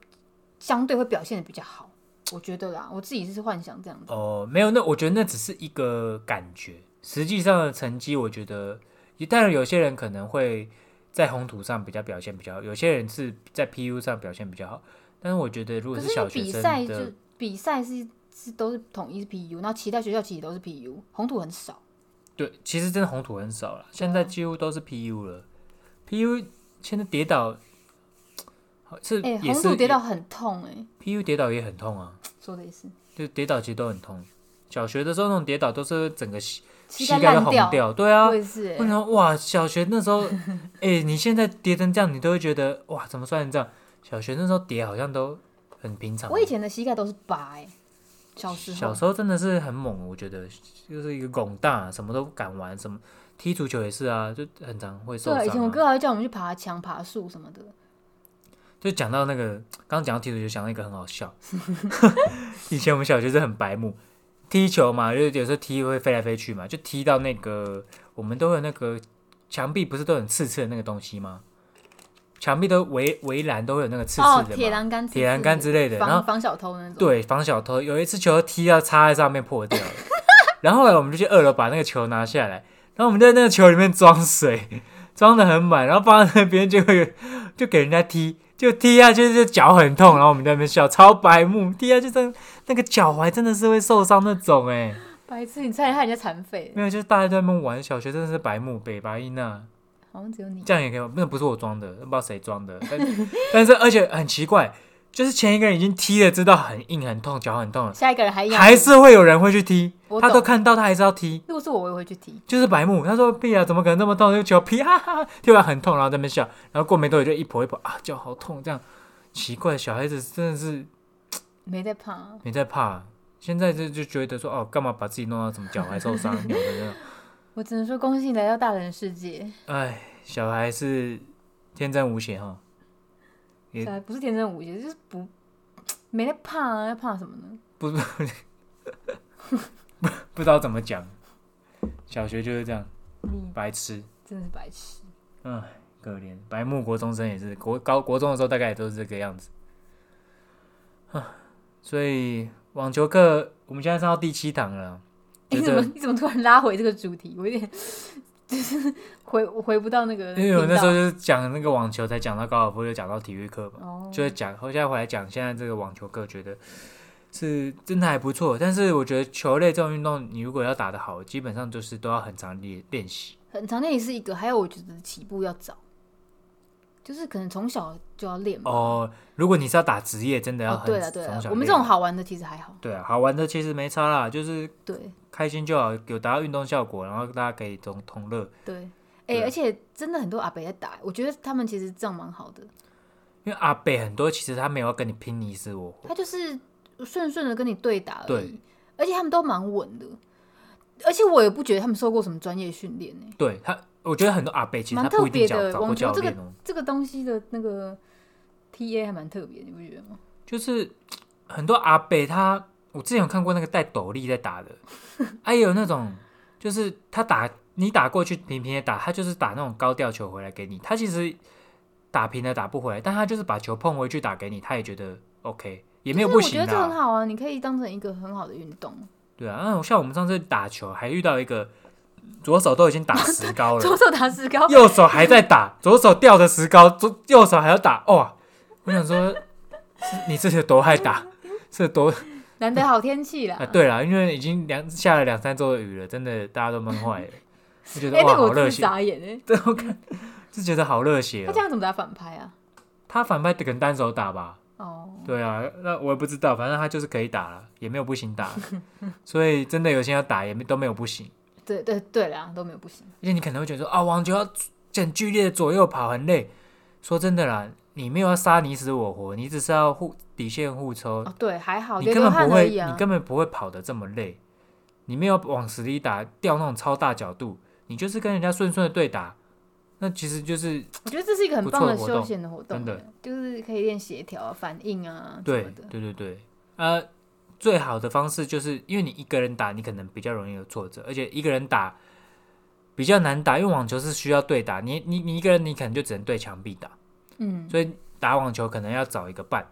相对会表现的比较好，我觉得啦，我自己是幻想这样子。哦，没有，那我觉得那只是一个感觉，实际上的成绩，我觉得，当然有些人可能会在红土上比较表现比较好，有些人是在 PU 上表现比较好，但是我觉得如可果是因小为学比生赛就的，比赛是是都是统一是 PU，然后其他学校其实都是 PU，红土很少。对，其实真的红土很少了，啊现在几乎都是 PU 了，PU 现在跌倒好是哎、也红是土跌倒很痛哎、 ，PU 跌倒也很痛啊，说的也是，就跌倒其实都很痛，小学的时候那种跌倒都是整个膝膝膝盖都烂红掉，对啊我，也是哎、为什么哇？小学那 时候，哎、你现在叠成这样，你都会觉得哇，怎么算成这样？小学那时候叠好像都很平常。我以前的膝盖都是疤哎、小时候小时候真的是很猛，我觉得就是一个拱大，什么都敢玩，什么踢足球也是啊，就很常会受对伤、啊，啊。以前我哥还会叫我们去爬墙、爬树什么的。就讲到那个，刚刚讲到踢足球，想到一个很好笑。 以前我们小学是很白目，踢球嘛，就是有时候踢会飞来飞去嘛，就踢到那个，我们都有那个墙壁，不是都很刺刺的那个东西吗？墙壁都围围栏都会有那个刺哦，刺铁的嘛，栏杆、铁栏杆之类的。然防后防小偷那种。，对，防小偷。有一次球踢到插在上面破掉了，然后后来我们就去二楼把那个球拿下来，然后我们在那个球里面装水，装的很满，然后放在那边就会就给人家踢，就踢下去就脚很痛，然后我们在那边笑，超白目，踢下去真那个脚踝真的是会受伤那种哎、白痴，你差点害人家残废，没有，就是大家在那边玩，小学真的是白目，北白一呐。好像只有你。这样也可以吗？那不是我装的，不知道谁装的。但 但是而且很奇怪，就是前一个人已经踢了，知道很硬很痛，脚很痛了，下一个人还一样还是会有人会去踢哎我，他都懂看到，他还是要踢，如果是我，我也会去踢。就是白目。他说：“屁啊，怎么可能那么痛？这个 球皮啊哈哈，踢完很痛，然后在那边笑，然后过没多久就一跛一跛啊，脚好痛，这样奇怪，小孩子真的是没在怕，啊没在怕。现在就就觉得说哦，干嘛把自己弄到什么脚踝受伤，扭的那种。我只能说恭喜你来到大人的世界。 哎，小孩是天真无邪哈，也小孩不是天真无邪，就是不没在怕啊，要怕什么呢？不不不知道怎么讲，小学就是这样，你白痴，真的是白痴。唉，可怜，白目国中生也是，国高国中的时候大概也都是这个样子， 啊，所以网球课我们现在上到第七堂了， 你觉怎么得你怎么突然拉回这个主题？我有点 就是回我回不到那个因为我频道那时候就是讲那个网球，才讲到高尔夫，又讲到体育课嘛，哦，就是讲，后现在回来讲现在这个网球课，觉得是真的还不错，但是我觉得球类这种运动，你如果要打得好，基本上就是都要很常练练习。很常练也是一个，还有我觉得起步要早，就是可能从小就要练嘛。哦，如果你是要打职业，真的要哦，很、对了对了从，小我们练这种好玩的其实还好。对啊，好玩的其实没差啦，就是对开心就好，有达到运动效果，然后大家可以同同乐。对，哎、对啊而且真的很多阿北在打，我觉得他们其实这样蛮好的。因为阿北很多其实他没有要跟你拼你死我活，他就是顺顺的跟你对打而对已，而且他们都蛮稳的，而且我也不觉得他们受过什么专业训练欸呢。对他，我觉得很多阿北其实他蛮不特一定别找的找过网教球这练个哦、这个东西的那个 TA 还蛮特别，你不觉得吗？就是很多阿北他，我之前有看过那个戴斗笠在 打的，还、有那种就是他打你打过去平平的打，他就是打那种高吊球回来给你，他其实打平了打不回来，但他就是把球碰回去打给你，他也觉得 OK，也没有就不是我觉行得这很的。好啊，你可以当成一个很好的运动。对啊，嗯，像我们上次打球还遇到一个左手都已经打石 膏左了，手打石膏， 右手还在打，左手吊着石膏，左右手还要打，哇！我想说，是你这是有多爱打，是有多难得好天气啦。啊，对了，因为已经两下了两三周的雨了，真的大家都闷坏了，就觉得、哎、哇那个好我真热是血，傻眼哎、对我看就觉得好热血、他哦这。样怎么打反拍啊？他反派可能单手打吧，哦，对啊，那我也不知道，反正他就是可以打了，也没有不行打，所以真的有些要打也没都没有不行，对对对啦，都没有不行。而且你可能会觉得说啊，网球要很剧烈的左右跑很累，说真的啦，你没有要杀你死我活，你只是要互底线互抽，哦，对，还好，你流根流本汗不而会，已啊你。根本不会跑得这么累。你没有往死里打，掉那种超大角度，你就是跟人家顺顺的对打，那其实就是我觉得这是一个很不棒错的活休动闲的活动真的欸，就是可以练协调啊、反应啊什对么的。对对对，呃，最好的方式就是因为你一个人打，你可能比较容易有挫折，而且一个人打比较难打，因为网球是需要对打，你你你一个人你可能就只能对墙壁打，嗯所以打网球可能要找一个伴，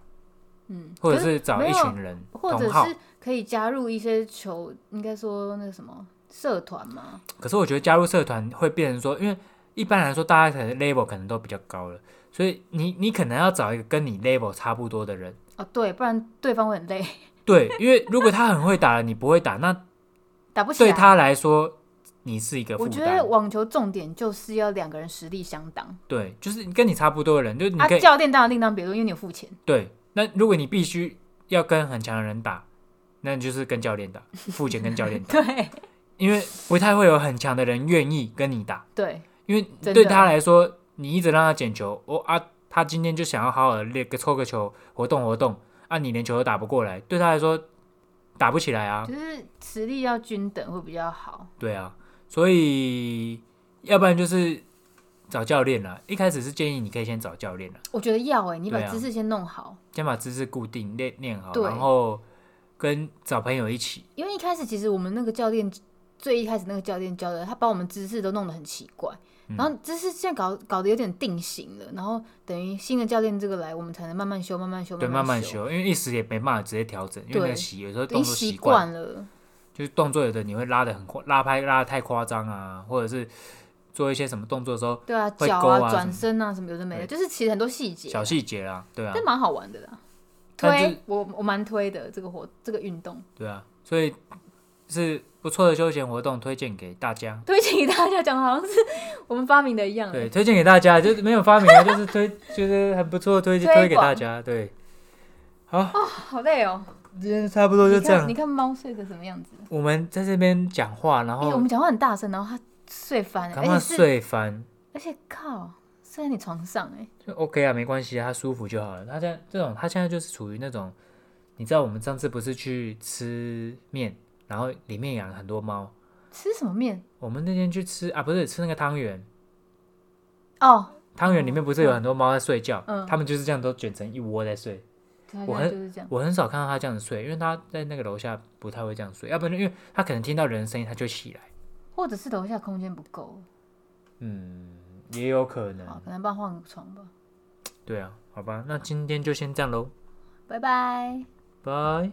嗯，或者可是找没一有群人或者同好。是可以加入一些球，应该说那个什么社团嘛。可是我觉得加入社团会变成说，因为一般来说大家可能 level 可能都比较高了，所以你你可能要找一个跟你 level 差不多的人。哦，对，不然对方会很累， 对，因为如果他很会打了，你不会打，那打不起来。对他来说你是一个负我觉得担。网球重点就是要两个人实力相当。对，就是跟你差不多的人，就是你啊可，以、教练当然另当别论，因为你有付 钱。对。那如果你必须要跟很强的人打，那你就是跟教练打，付钱跟 教练打，对因为不太会有很强的人愿意跟你打。对，因为真对的他来说，你一直让他捡球，哦啊，他今天就想要好好的练个抽个球活动活动，啊，你连球都打不过来，对他来说打不起来啊。就是实力要均等会比较好。对啊，所以要不然就是找教练啦。一开始是建议你可以先找教练啦，我觉得要哎、你把对啊姿势先弄好，先把姿势固定练练好，对然后跟找朋友一起。因为一开始其实我们那个教练最一开始那个教练教的，他把我们姿势都弄得很奇怪，嗯然后姿势现在搞搞得有点定型了，然后等于新的教练这个来，我们才能慢慢修，慢慢修，对，慢慢慢。修，因为一时也没办法直接调整，因为对那个习有时候等动于作习习惯，惯了，就是动作有的你会拉的很夸，拉拍拉的太夸张啊，或者是做一些什么动作的时候对啊，会脚勾啊啊、什么转身啊什么有的没的，就是其实很多细节啊，小细节啊，对啊，但蛮好玩的啦。但就推我我蛮推的这个活这个运动，对啊，所以是不错的休闲活动，推荐给大家。推荐给大家讲，好像是我们发明的一样。对，推荐给大家，就是没有发明啊， 就是推，就是很不错，推推推给广大家。对，好累哦。今天差不多就你这看，样你。看猫睡的什么样子？我们在这边讲话，然哎、我后们讲话很大声，然后它睡翻了，赶而快且是，睡翻而且靠，睡在你床上哎、就 OK 啊，没关系啊，他舒服就好了。他现在这种，他现在就是处于那种，你知道我们上次不是去吃面，然后里面养了很多猫。吃什么面？我们那天去吃啊，不是吃那个汤圆，哦，汤圆里面不是有很多猫在睡觉，嗯他们就是这样都卷成一窝在睡。对啊，我现很在就是这样。我很少看到他这样子睡，因为他在那个楼下不太会这样睡，要不然因为他可能听到人的声音他就起来，或者是楼下空间不够，嗯，也有可好能，，可能帮他换个床吧。对啊，好吧，那今天就先这样喽，拜拜。拜。